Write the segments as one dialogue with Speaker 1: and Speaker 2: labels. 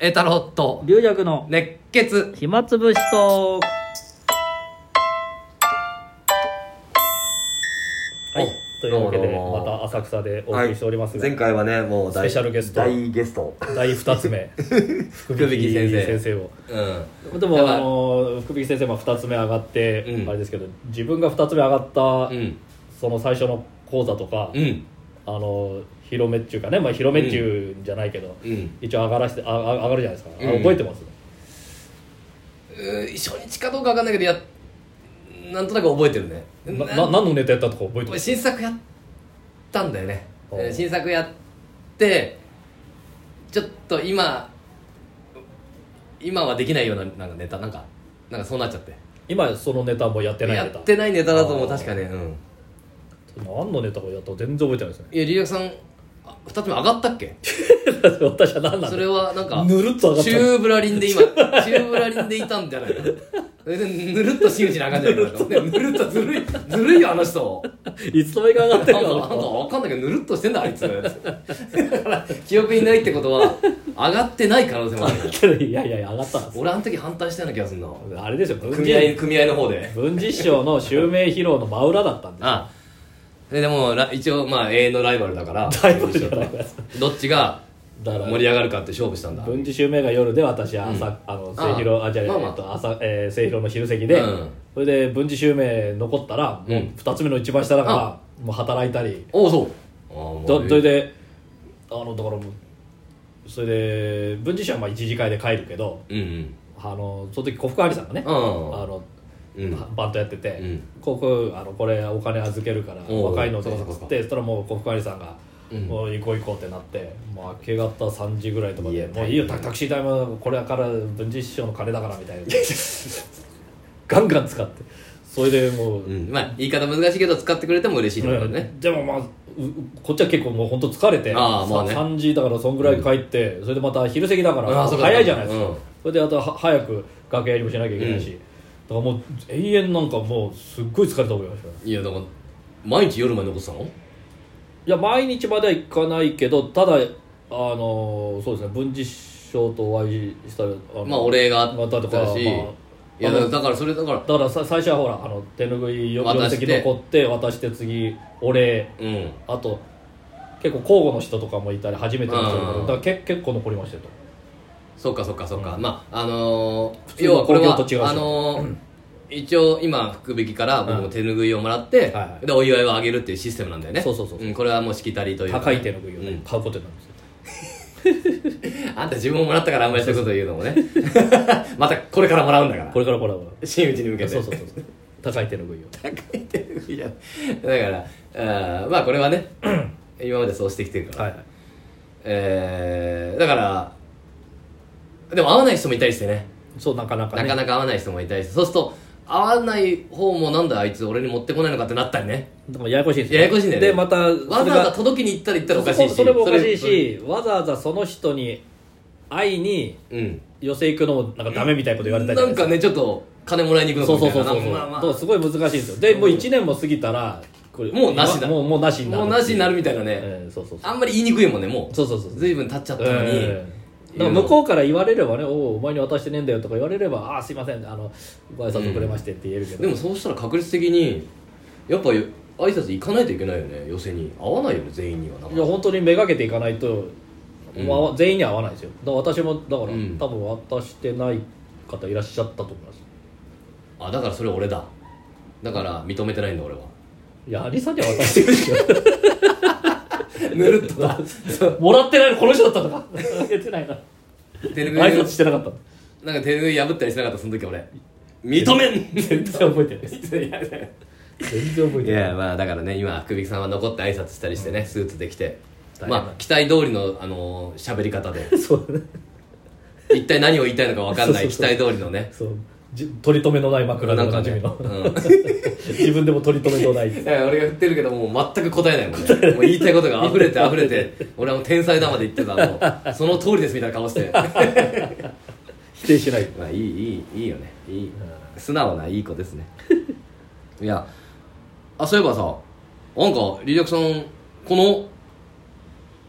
Speaker 1: 栄太郎と
Speaker 2: 龍尺の
Speaker 1: 熱血
Speaker 2: 暇つぶしとはいというわけで
Speaker 1: どうも
Speaker 2: また浅草でお送りしておりますが、
Speaker 3: 前回はねもう
Speaker 2: スペシャルゲスト
Speaker 3: 大ゲスト
Speaker 2: 第2つ目福
Speaker 1: 福引先生
Speaker 2: 先生を
Speaker 1: うん
Speaker 2: でも
Speaker 1: だ
Speaker 2: あ
Speaker 1: から
Speaker 2: の福引先生も2つ目上がって、
Speaker 1: うん
Speaker 2: あれですけど自分が2つ目上がった、
Speaker 1: うん
Speaker 2: その最初の講座とか、
Speaker 1: うん
Speaker 2: あの広めっちゅうかね、まあ、広めっちゅうんじゃないけど、
Speaker 1: うん
Speaker 2: 一応上がらしてああ上がるじゃないですか、あ
Speaker 1: うん
Speaker 2: 覚えてます
Speaker 1: うー初日かどうかわかんないけどやなんとなく覚えてるね
Speaker 2: なな
Speaker 1: な
Speaker 2: 何のネタやったとか覚えてます
Speaker 1: 新作やったんだよね
Speaker 2: お
Speaker 1: えー新作やってちょっと今今はできないようななんかネタなんかなんかそうなっちゃって
Speaker 2: 今そのネタもやってない
Speaker 1: や
Speaker 2: ネタ
Speaker 1: ってないネタだと思う
Speaker 2: あー
Speaker 1: 確かねうん
Speaker 2: 何のネタをやったか全然覚えてない ですね
Speaker 1: いやリリアクさんあ二つ目上がったっけ
Speaker 2: 私は何なん
Speaker 1: そ
Speaker 2: だ
Speaker 1: れはなんか
Speaker 2: ぬるっと上がった
Speaker 1: チューブラリンで今、チューブラリンでいたんじゃないかな。それでぬるっと真打ちな感じだからと思って、ぬるっとずるい、ずるいよ、あの人。
Speaker 2: いつの間にか上がっ
Speaker 1: な
Speaker 2: て
Speaker 1: ん
Speaker 2: る
Speaker 1: か、
Speaker 2: か
Speaker 1: なんかわかんないけど、ぬるっとしてんだ、あいつ。だから、記憶にないってことは、上がってない可能性もある。
Speaker 2: いやいやいや上がったんです
Speaker 1: 俺、あの時反対したような気がするな。
Speaker 2: あれですよ文
Speaker 1: 組合、
Speaker 2: 治
Speaker 1: 組合の方で。
Speaker 2: 文治師匠の襲名披露の真裏だったんで
Speaker 1: あででも、ら一応、まあ、永遠のライバルだから、
Speaker 2: ライバルじゃないです
Speaker 1: どっちが
Speaker 2: だから
Speaker 1: 盛り上がるかって勝負したんだ。
Speaker 2: 文治襲名が夜で私は朝、あの
Speaker 1: ああ
Speaker 2: 末広あじゃあ、
Speaker 1: まあまあ
Speaker 2: えっと朝えー末広の昼席で、
Speaker 1: うん
Speaker 2: それで文治襲名残ったらもう
Speaker 1: うん
Speaker 2: 2つ目の一番下だから、もう働いたり
Speaker 1: おう、そう。あもう
Speaker 2: だそれであのだからもうそれで文治師匠はまあ一次会で帰るけど
Speaker 1: うんうん。
Speaker 2: あのその時小福有さんがね、
Speaker 1: う
Speaker 2: あ
Speaker 1: ん。
Speaker 2: の
Speaker 1: うん
Speaker 2: バントやってて、
Speaker 1: うん
Speaker 2: ここあのこれお金預けるから
Speaker 1: おう
Speaker 2: 若いので
Speaker 1: そうか
Speaker 2: っ
Speaker 1: そうか
Speaker 2: つってそしたらもう小深谷さんが、
Speaker 1: うん
Speaker 2: もう行こう行こうってなってもう明け方3時ぐらいとか
Speaker 1: い
Speaker 2: で
Speaker 1: や
Speaker 2: 「もういいよタクタクシー代もこれから文治師匠の金だから」み たいなガンガン使ってそれでもう、
Speaker 1: うん、まあ言い方難しいけど使ってくれても嬉しいところだね、
Speaker 2: でもまあううこっちは結構もう本当疲れて
Speaker 1: ああまあね
Speaker 2: さ3時だからそんぐらい帰って、それでまた昼席だから
Speaker 1: ああそうか
Speaker 2: 早いじゃないですか、
Speaker 1: うん
Speaker 2: それであとは早く楽屋入りもしなきゃいけないし、だからもう永遠なんかもうすっごい疲れた思いましたい
Speaker 1: いやだから毎日夜まで残ってたの
Speaker 2: や毎日までは行かないけどただあのそうですね文治師匠とお会いしたりあの
Speaker 1: まあお礼があ
Speaker 2: ま
Speaker 1: った
Speaker 2: た
Speaker 1: し、
Speaker 2: とか、まあ
Speaker 1: いやだからだからそれだから
Speaker 2: だからさ最初はほらあの手拭いよ
Speaker 1: 渡
Speaker 2: 4
Speaker 1: して
Speaker 2: 席残って渡して次お礼
Speaker 1: うん
Speaker 2: あと結構交互の人とかもいたり初めての人とか
Speaker 1: うん
Speaker 2: だからけ結構残りましたよと
Speaker 1: そうかそうかそうか、まああのー
Speaker 2: 通の
Speaker 1: 要はこれは
Speaker 2: 公共と違うし
Speaker 1: あのー一応今福引きから僕も手拭いをもらって、
Speaker 2: はいはい
Speaker 1: でお祝いをあげるっていうシステムなんだよね、
Speaker 2: そうそうそうそうん
Speaker 1: これはもうしきたりというか
Speaker 2: 高い手拭いをね、
Speaker 1: うん
Speaker 2: 買うことになるんですよ
Speaker 1: あんた自分ももらったからあんまりそういうこと言うのもね またこれからもらうんだから
Speaker 2: これからこれからこ
Speaker 1: 真打ちに向け
Speaker 2: れ
Speaker 1: て
Speaker 2: そうそうそうそう高い手拭 いを
Speaker 1: いやだからあーまあこれはね 今までそうしてきてるから、
Speaker 2: はいはい
Speaker 1: えーだからでも会わない人もいたりしてね
Speaker 2: そうなかなかね
Speaker 1: なかなか会わない人もいたりしてそうすると会わない方もなんだあいつ俺に持ってこないのかってなったりね
Speaker 2: だからややこしいです
Speaker 1: ややこしいんだよね
Speaker 2: でまた
Speaker 1: わざわざ届けに行ったら行ったらおかしいし
Speaker 2: それもおかしい
Speaker 1: それ
Speaker 2: しわざわざその人に会いに
Speaker 1: それうん
Speaker 2: 寄せ行くのもなんかダメみたいなこと言われたり
Speaker 1: なんかねちょっと金もらいに行く
Speaker 2: そ
Speaker 1: のか
Speaker 2: うそう
Speaker 1: みた
Speaker 2: そ
Speaker 1: いうな
Speaker 2: そうそう、
Speaker 1: まあまあ
Speaker 2: そうすごい難しいんですよでもう1年も過ぎたらこれ
Speaker 1: もうなしだ
Speaker 2: もうもうなしになる
Speaker 1: もうなしになるみたいなね、
Speaker 2: ええそうそうそう
Speaker 1: あんまり言いにくいもんねも
Speaker 2: そうそうそうう
Speaker 1: 随分経っちゃったのに、
Speaker 2: ええだから向こうから言われればね「おおお前に渡してねえんだよ」とか言われれば「ああーすいませんあのご挨拶くれまして」って言えるけど、
Speaker 1: でもそうしたら確率的にやっぱ挨拶行かないといけないよね寄せに合わないよね全員にはなんか
Speaker 2: いや本当にめがけていかないと、
Speaker 1: うん
Speaker 2: まあ全員には合わないですよだから私もだから、
Speaker 1: うん
Speaker 2: 多分渡してない方いらっしゃったと思います
Speaker 1: あだからそれ俺だだから認めてないんだ 俺はい
Speaker 2: やアリさんには渡してるし
Speaker 1: ぬるっと だ
Speaker 2: もらってないのこの人だったの かあげてないな
Speaker 1: 手ぬぐい
Speaker 2: 挨拶してなかったの
Speaker 1: なんか手ぬぐい破ったりしなかったその時俺認めん
Speaker 2: 全然覚えてないです全然覚え
Speaker 1: い
Speaker 2: てない
Speaker 1: やまあだからね今福引さんは残って挨拶したりしてね、スーツできて
Speaker 2: 大変だ
Speaker 1: まあ期待通りのあのー喋り方で
Speaker 2: そうだね
Speaker 1: 一体何を言いたいのか分かんない
Speaker 2: そう
Speaker 1: 期
Speaker 2: そうそう
Speaker 1: 待通りのね
Speaker 2: そうじ取り留めのない枕で
Speaker 1: な
Speaker 2: お
Speaker 1: んか
Speaker 2: なじ
Speaker 1: ね
Speaker 2: みの、
Speaker 1: うん
Speaker 2: 自分でも取り留めのない
Speaker 1: だから俺が振ってるけどもう全く答えないもんねもう言いたいことが溢れて溢れて俺はもう天才だまで言ってたもうその通りですみたいな顔して
Speaker 2: 否定しない
Speaker 1: まあいいいいいいよねいい素直ないい子ですねいやあそういえばさなんかリリアクさんこの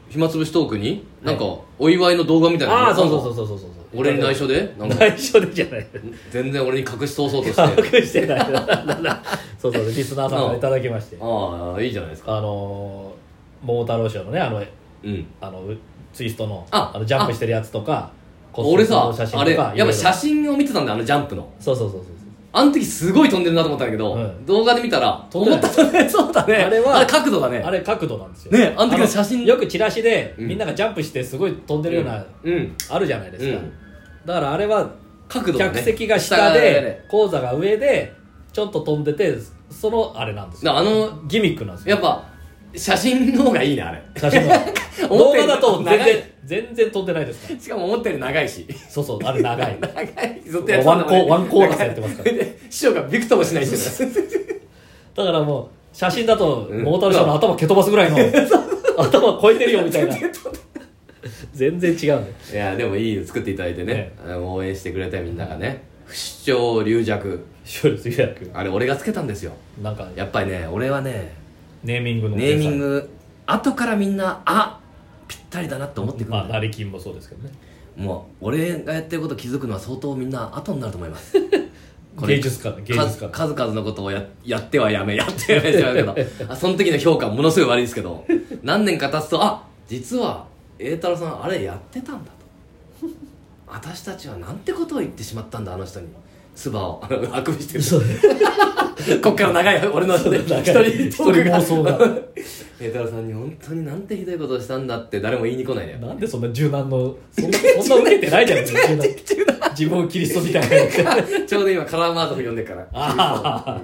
Speaker 1: 暇つぶしトークになんかお祝いの動画みたいなの
Speaker 2: ああそうそう
Speaker 1: う
Speaker 2: そうそうそうそう
Speaker 1: 俺に内緒でなんか
Speaker 2: 内緒でじゃない
Speaker 1: 全然俺に隠し通そうとして
Speaker 2: 隠してないそうそうリスナーさんからいただきまして
Speaker 1: ああいいじゃないですか
Speaker 2: あのー桃太郎賞のねあの
Speaker 1: うん
Speaker 2: あのツイストの
Speaker 1: あ
Speaker 2: あのジャンプしてるやつとか骨
Speaker 1: 俺
Speaker 2: 折
Speaker 1: さ
Speaker 2: の写真とか
Speaker 1: あれやっぱ写
Speaker 2: 真
Speaker 1: 真を見てたんだよあのジャンプの
Speaker 2: そうそうそうそう
Speaker 1: あの時すごい飛んでるなと思ったんだけど、
Speaker 2: うん
Speaker 1: 動画で見たら
Speaker 2: 飛んで
Speaker 1: 思
Speaker 2: な
Speaker 1: っ
Speaker 2: い
Speaker 1: たとねそうだね
Speaker 2: あれは
Speaker 1: 角度だね
Speaker 2: あれ角度なんですよ
Speaker 1: ねあの時の写真
Speaker 2: あよくチラシで
Speaker 1: うん
Speaker 2: みんながジャンプしてすごい飛んでるような、
Speaker 1: うん
Speaker 2: あるじゃないですか、
Speaker 1: うん
Speaker 2: だからあれは
Speaker 1: 角度だね
Speaker 2: 客席が下
Speaker 1: だね
Speaker 2: で講座が上でちょっと飛んでてそのあれなんですよ
Speaker 1: だからあの
Speaker 2: ギミックなんです
Speaker 1: や
Speaker 2: よ
Speaker 1: っぱ写真の方がいいねあれ
Speaker 2: 写真は
Speaker 1: 思
Speaker 2: 動
Speaker 1: ったより
Speaker 2: 画だと全
Speaker 1: 長い
Speaker 2: 然全然飛んでないですか
Speaker 1: しかも思ったより長いし
Speaker 2: らそうそうあれ長い
Speaker 1: 長いず
Speaker 2: ワンコワンコーラスやってますから
Speaker 1: で師匠がビクともしない し
Speaker 2: だからもう写真だと
Speaker 1: うん
Speaker 2: モータルショーの頭蹴飛ばすぐらいの 頭超えてるよみたいな全然違うんで
Speaker 1: いやでもいいの作っていただいてね
Speaker 2: ね、
Speaker 1: あの応援してくれたみんながね不死鳥龍弱
Speaker 2: 勝利杉谷君
Speaker 1: あれ俺がつけたんですよ
Speaker 2: なんか
Speaker 1: やっぱりね俺はね
Speaker 2: ネーミングの
Speaker 1: ネーミング後からみんなあぴったりだなって思ってくる、
Speaker 2: まあ成り金もそうですけどね
Speaker 1: もう俺がやってること気づくのは相当みんな後になると思います これ
Speaker 2: 芸術家芸術
Speaker 1: 数
Speaker 2: 家
Speaker 1: 数々のことをや やってはやめやってはやめじゃないけ どあその時の評価ものすごい悪いですけど何年か経つとあ実は栄太郎さんあれやってたんだと 私たちはなんてことを言ってしまったんだあの人に唾をあ のあくびしてる
Speaker 2: そう
Speaker 1: こっから長い 俺の
Speaker 2: そう
Speaker 1: 一人
Speaker 2: 長い
Speaker 1: トーク
Speaker 2: 一人妄想が
Speaker 1: 栄太郎さんに本当になんてひどいことをしたんだって誰も言いに来ないね
Speaker 2: なんでそんな柔軟のそんなそんな受けてない じゃないですか自分をキリストみたいな
Speaker 1: ちょうど今カラーマーゾフ読んでるから
Speaker 2: あ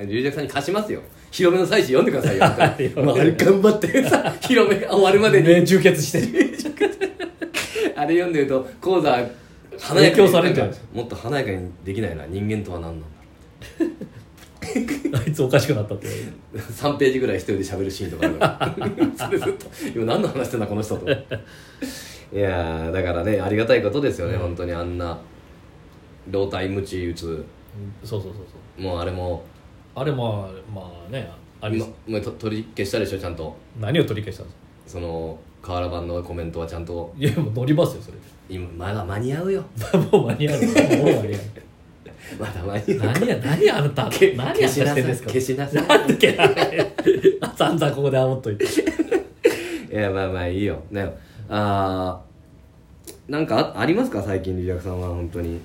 Speaker 1: うん龍尺さんに貸しますよ広めの祭司読んでくだ さいよ、
Speaker 2: 広め
Speaker 1: まあ、あれ頑張って さ広めが終わるまでに
Speaker 2: 目充血してる
Speaker 1: あれ読んでると講座華やか
Speaker 2: 影響
Speaker 1: に
Speaker 2: されちゃう
Speaker 1: もっと華やかにできないな人間とは何なんだ
Speaker 2: あいつおかしくなったって言われる
Speaker 1: 3ページぐらい一人で喋るシーンとかある からそれずっと今何の話してんだこの人といやーだからねありがたいことですよね、
Speaker 2: うん
Speaker 1: 本当にあんな老体無知打つ
Speaker 2: そうそうそうそう
Speaker 1: もうあれも
Speaker 2: あれまあまあねあり
Speaker 1: 今もうと取り消したでしょちゃんと
Speaker 2: 何を取り消したんですか
Speaker 1: その瓦版のコメントはちゃんと
Speaker 2: いやもう乗りますよそれ
Speaker 1: 今まだ間に合う よ
Speaker 2: もう間に合うもう間に合う
Speaker 1: まだ間に合う
Speaker 2: 何や何やあなた
Speaker 1: け
Speaker 2: 何
Speaker 1: 消
Speaker 2: やっ
Speaker 1: したなさ
Speaker 2: して
Speaker 1: い
Speaker 2: んですか
Speaker 1: 消しなさい
Speaker 2: なんでや散々ここで煽っといて
Speaker 1: いやまあまあいいよねあーなんかあありますか最近リラクさんは本当に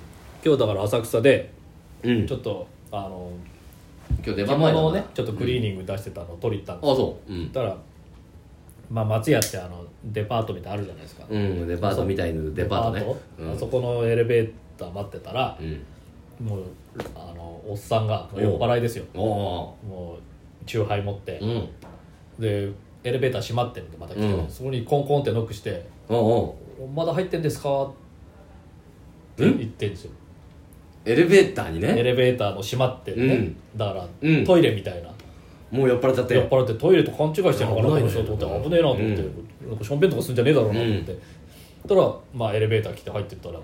Speaker 2: 今日だから浅草で
Speaker 1: うん
Speaker 2: ちょっとあの
Speaker 1: 今日出
Speaker 2: 着
Speaker 1: 番前だ
Speaker 2: 物
Speaker 1: な
Speaker 2: をねちょっとクリーニング出してたのを取りに行ったん
Speaker 1: あ
Speaker 2: です
Speaker 1: そううん、
Speaker 2: だからまあ松屋ってあのデパートみたいなのあるじゃないですか
Speaker 1: うん、デパートみたいなデパートねうん
Speaker 2: あそこのエレベーター待ってたら
Speaker 1: うん
Speaker 2: もうあのおっさんが
Speaker 1: お
Speaker 2: 酔っ払いですよ
Speaker 1: おお
Speaker 2: もうチューハイ持って
Speaker 1: ーうん
Speaker 2: でエレベーター閉まってるんでまた来て、
Speaker 1: うん
Speaker 2: そこにコンコンってノックして
Speaker 1: おお
Speaker 2: 「まだ入ってんですか?」って
Speaker 1: ん
Speaker 2: 言ってんですよ
Speaker 1: エレベーターに
Speaker 2: エ
Speaker 1: ね
Speaker 2: レベーターの閉まってるね、
Speaker 1: うん
Speaker 2: だから、
Speaker 1: うん
Speaker 2: トイレみたいな
Speaker 1: もう酔っ払っちゃって
Speaker 2: 酔っ払ってトイレと勘違いしてるのかな
Speaker 1: 危
Speaker 2: こ
Speaker 1: ない
Speaker 2: の
Speaker 1: ね
Speaker 2: 人と思って危ねえなと思って、なんかしょんべんとかするんじゃねえだろうなと思って、そしたら、まあ、エレベーター来て入ってったら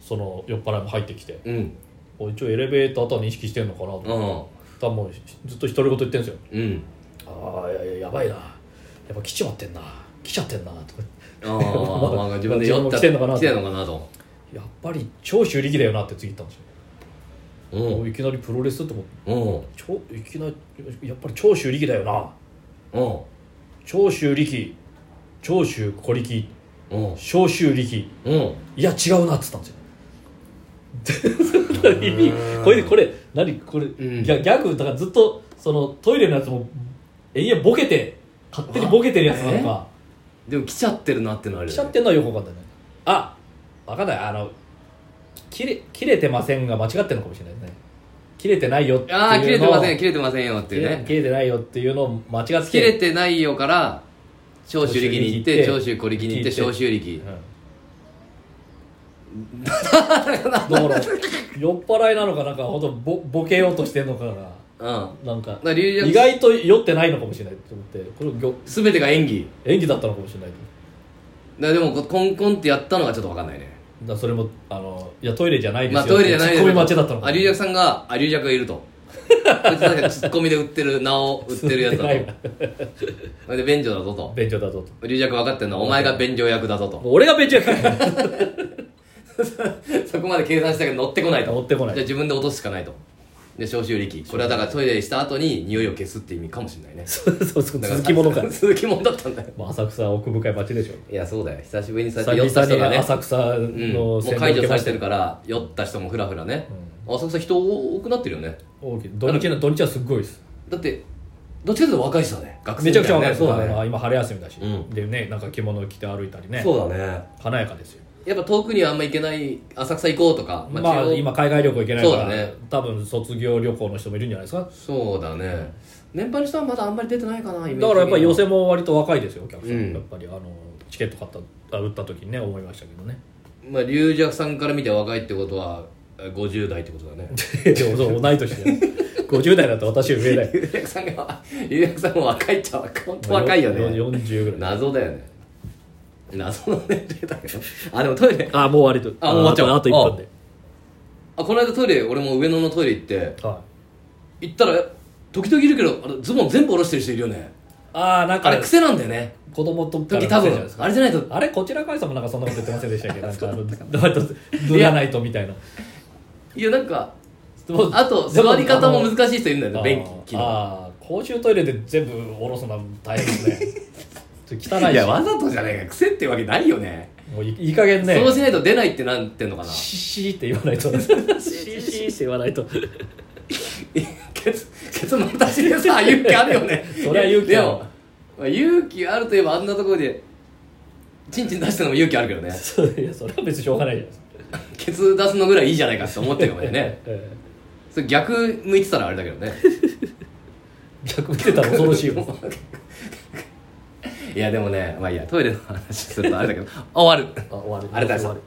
Speaker 2: その酔っ払いも入ってきて
Speaker 1: うん
Speaker 2: お一応エレベーターとは認識してんのかなと
Speaker 1: う
Speaker 2: 思って、
Speaker 1: ん
Speaker 2: ただもうずっと独り言言ってんですよ
Speaker 1: うん
Speaker 2: ああやややばいなやっぱ来ちまってんな来ちゃってんなとか
Speaker 1: あー
Speaker 2: まあ
Speaker 1: まあ自分で酔った
Speaker 2: 自分も来てんのかなと
Speaker 1: 来てんのかなと
Speaker 2: やっぱり超修理機だよなって次言ったんですよ、
Speaker 1: う
Speaker 2: もうんいきなりプロレスと思って
Speaker 1: うん
Speaker 2: 超いきなりやっぱり超修理機だよな
Speaker 1: うん
Speaker 2: 長州力長州小力
Speaker 1: うん
Speaker 2: 小州力
Speaker 1: うん
Speaker 2: いや違うなっつったん ですよ意味 これこれ何これ、
Speaker 1: ん
Speaker 2: ギャギャグだからずっとそのトイレのやつも永遠ボケて勝手にボケてるやつなのか
Speaker 1: でも来ちゃってるなってのあるよ
Speaker 2: 来ちゃっ
Speaker 1: ね
Speaker 2: てんのはよくわかんないねあわかんないあのきれ切れてませんが間違ってるのかもしれないですね切れてないよっていうの
Speaker 1: ああ切れてません
Speaker 2: 切
Speaker 1: 切れてませんよっていう
Speaker 2: れ
Speaker 1: ね
Speaker 2: 切れてないよっていうのを間違って
Speaker 1: 切れてないよから長州力に行って長
Speaker 2: 長
Speaker 1: 州
Speaker 2: 州
Speaker 1: 小力
Speaker 2: 力
Speaker 1: に
Speaker 2: に
Speaker 1: 行
Speaker 2: 行
Speaker 1: っ
Speaker 2: ってて
Speaker 1: 長州力
Speaker 2: だから酔っ払いなのかなんか本当ボボケようとしてんのかが
Speaker 1: うん
Speaker 2: なんか
Speaker 1: から龍
Speaker 2: 意外と酔ってないのかもしれないと思ってこれぎょ
Speaker 1: 全てが演技
Speaker 2: 演技だったのかもしれないと
Speaker 1: だでもこコンコンってやったのがちょっと分かんないね
Speaker 2: だからそれもあのいやトイレじゃないです
Speaker 1: ま
Speaker 2: よ
Speaker 1: あトイレじゃない
Speaker 2: ツッコミ待ちだったのか
Speaker 1: あ
Speaker 2: も
Speaker 1: 龍尺さんがあ龍尺がいるとこいつなんかツッコミで売ってる名を売ってるや つだ
Speaker 2: 吸ってな
Speaker 1: とそれで便所だぞ
Speaker 2: い
Speaker 1: と
Speaker 2: 便所だぞと
Speaker 1: 龍弱分かってるのはお前が便所役だぞと
Speaker 2: 俺が便所役
Speaker 1: そこまで計算したけど乗ってこないと
Speaker 2: 乗ってこない
Speaker 1: じゃあ自分で落とすしかないとで消臭力これはだからトイレした後に匂いを消すって意味かもしれないね
Speaker 2: そうそうそう続きものか
Speaker 1: だら 続きものだったんだよ
Speaker 2: まあ浅草奥深い街でしょ
Speaker 1: いやそうだよ久しぶりにそうやって
Speaker 2: 久
Speaker 1: 酔った人
Speaker 2: 々
Speaker 1: が
Speaker 2: に
Speaker 1: ね
Speaker 2: 浅草
Speaker 1: うん、
Speaker 2: の
Speaker 1: もう
Speaker 2: 洗脳を
Speaker 1: 解
Speaker 2: 受
Speaker 1: 除
Speaker 2: け
Speaker 1: さ
Speaker 2: ま
Speaker 1: れ
Speaker 2: してた
Speaker 1: る
Speaker 2: よ
Speaker 1: から酔った人もフラフラね、浅草人多くなってるよね
Speaker 2: 大きい土日の土日はすっごいです
Speaker 1: だってどっちかというと若い人だね学生
Speaker 2: め
Speaker 1: み
Speaker 2: ち
Speaker 1: た
Speaker 2: ゃくちゃ
Speaker 1: いな
Speaker 2: 若い
Speaker 1: ね
Speaker 2: そうだ
Speaker 1: なん
Speaker 2: ね、
Speaker 1: か
Speaker 2: まあ今春休みだし、
Speaker 1: うん
Speaker 2: でねなんか着物着て歩いたりね
Speaker 1: そうだね
Speaker 2: 華やかですよ
Speaker 1: やっぱ遠くにはあんま行けない浅草行こうとか、
Speaker 2: まあ、
Speaker 1: 中央
Speaker 2: 今海外旅行行けないから
Speaker 1: そうだね
Speaker 2: 多分卒業旅行の人もいるんじゃないですか
Speaker 1: そうだね年配の人はまだあんまり出てないかなイメージ
Speaker 2: だからやっぱり寄せも割と若いですよお客さん、
Speaker 1: うん
Speaker 2: やっぱりあのチケット買ったあ売った時にね思いましたけどね
Speaker 1: まあ龍尺さんから見て若いってことはえ50代ってことだね
Speaker 2: でもそう同い年で50代だ ったら私より上だよ
Speaker 1: 龍尺さんが龍尺さんも若いっちゃ若い本当若いよね
Speaker 2: 40ぐらい
Speaker 1: 謎だよね謎の年齢だけどあでもトイレ
Speaker 2: あもう終わりと
Speaker 1: あもう終わっちゃう
Speaker 2: あと1分で
Speaker 1: あこの間トイレ俺も上野のトイレ行って
Speaker 2: はい
Speaker 1: 行ったら時々いるけどあれズボン全部下ろしてる人いるよね
Speaker 2: ああなん
Speaker 1: あ
Speaker 2: か
Speaker 1: れ癖なんだよね
Speaker 2: 子供と
Speaker 1: 時
Speaker 2: か
Speaker 1: 多
Speaker 2: らのせいじゃない
Speaker 1: 分
Speaker 2: ですか
Speaker 1: あれじゃないと
Speaker 2: あれこちら会社もなんかそんなこと言ってませんでしたっけなんかあのどうやって塗らないとみたいない
Speaker 1: やなんか
Speaker 2: もう
Speaker 1: あと
Speaker 2: で
Speaker 1: 座り方も
Speaker 2: あの
Speaker 1: 難しい人いるんだよね
Speaker 2: あー
Speaker 1: 便器の
Speaker 2: あー公衆トイレで全部下ろすのは大変ですね汚い
Speaker 1: い
Speaker 2: し
Speaker 1: やわざとじゃないか癖ってわけないよね
Speaker 2: もういいい加減ね
Speaker 1: そうしないと出ないってなんてんのかな
Speaker 2: シシーって言 わないとシーシーって言わないと
Speaker 1: ケツケツの私でさ勇気あるよね
Speaker 2: そりゃ勇気あ
Speaker 1: で
Speaker 2: る
Speaker 1: もまあ勇気あるといえばあんなところでチンチン出したのも勇気あるけどね
Speaker 2: そういやそれは別にしょうがないじゃないですか
Speaker 1: ケツ出すのぐらいいいじゃないかって思ってるかもね
Speaker 2: え
Speaker 1: それ逆向いてたらあれだけどね
Speaker 2: え逆見てたら恐ろしいよ
Speaker 1: いやでもねまあいいやトイレの話するとあれだけどあ終わる
Speaker 2: あ終わ る
Speaker 1: ありがとうございました
Speaker 2: 終わる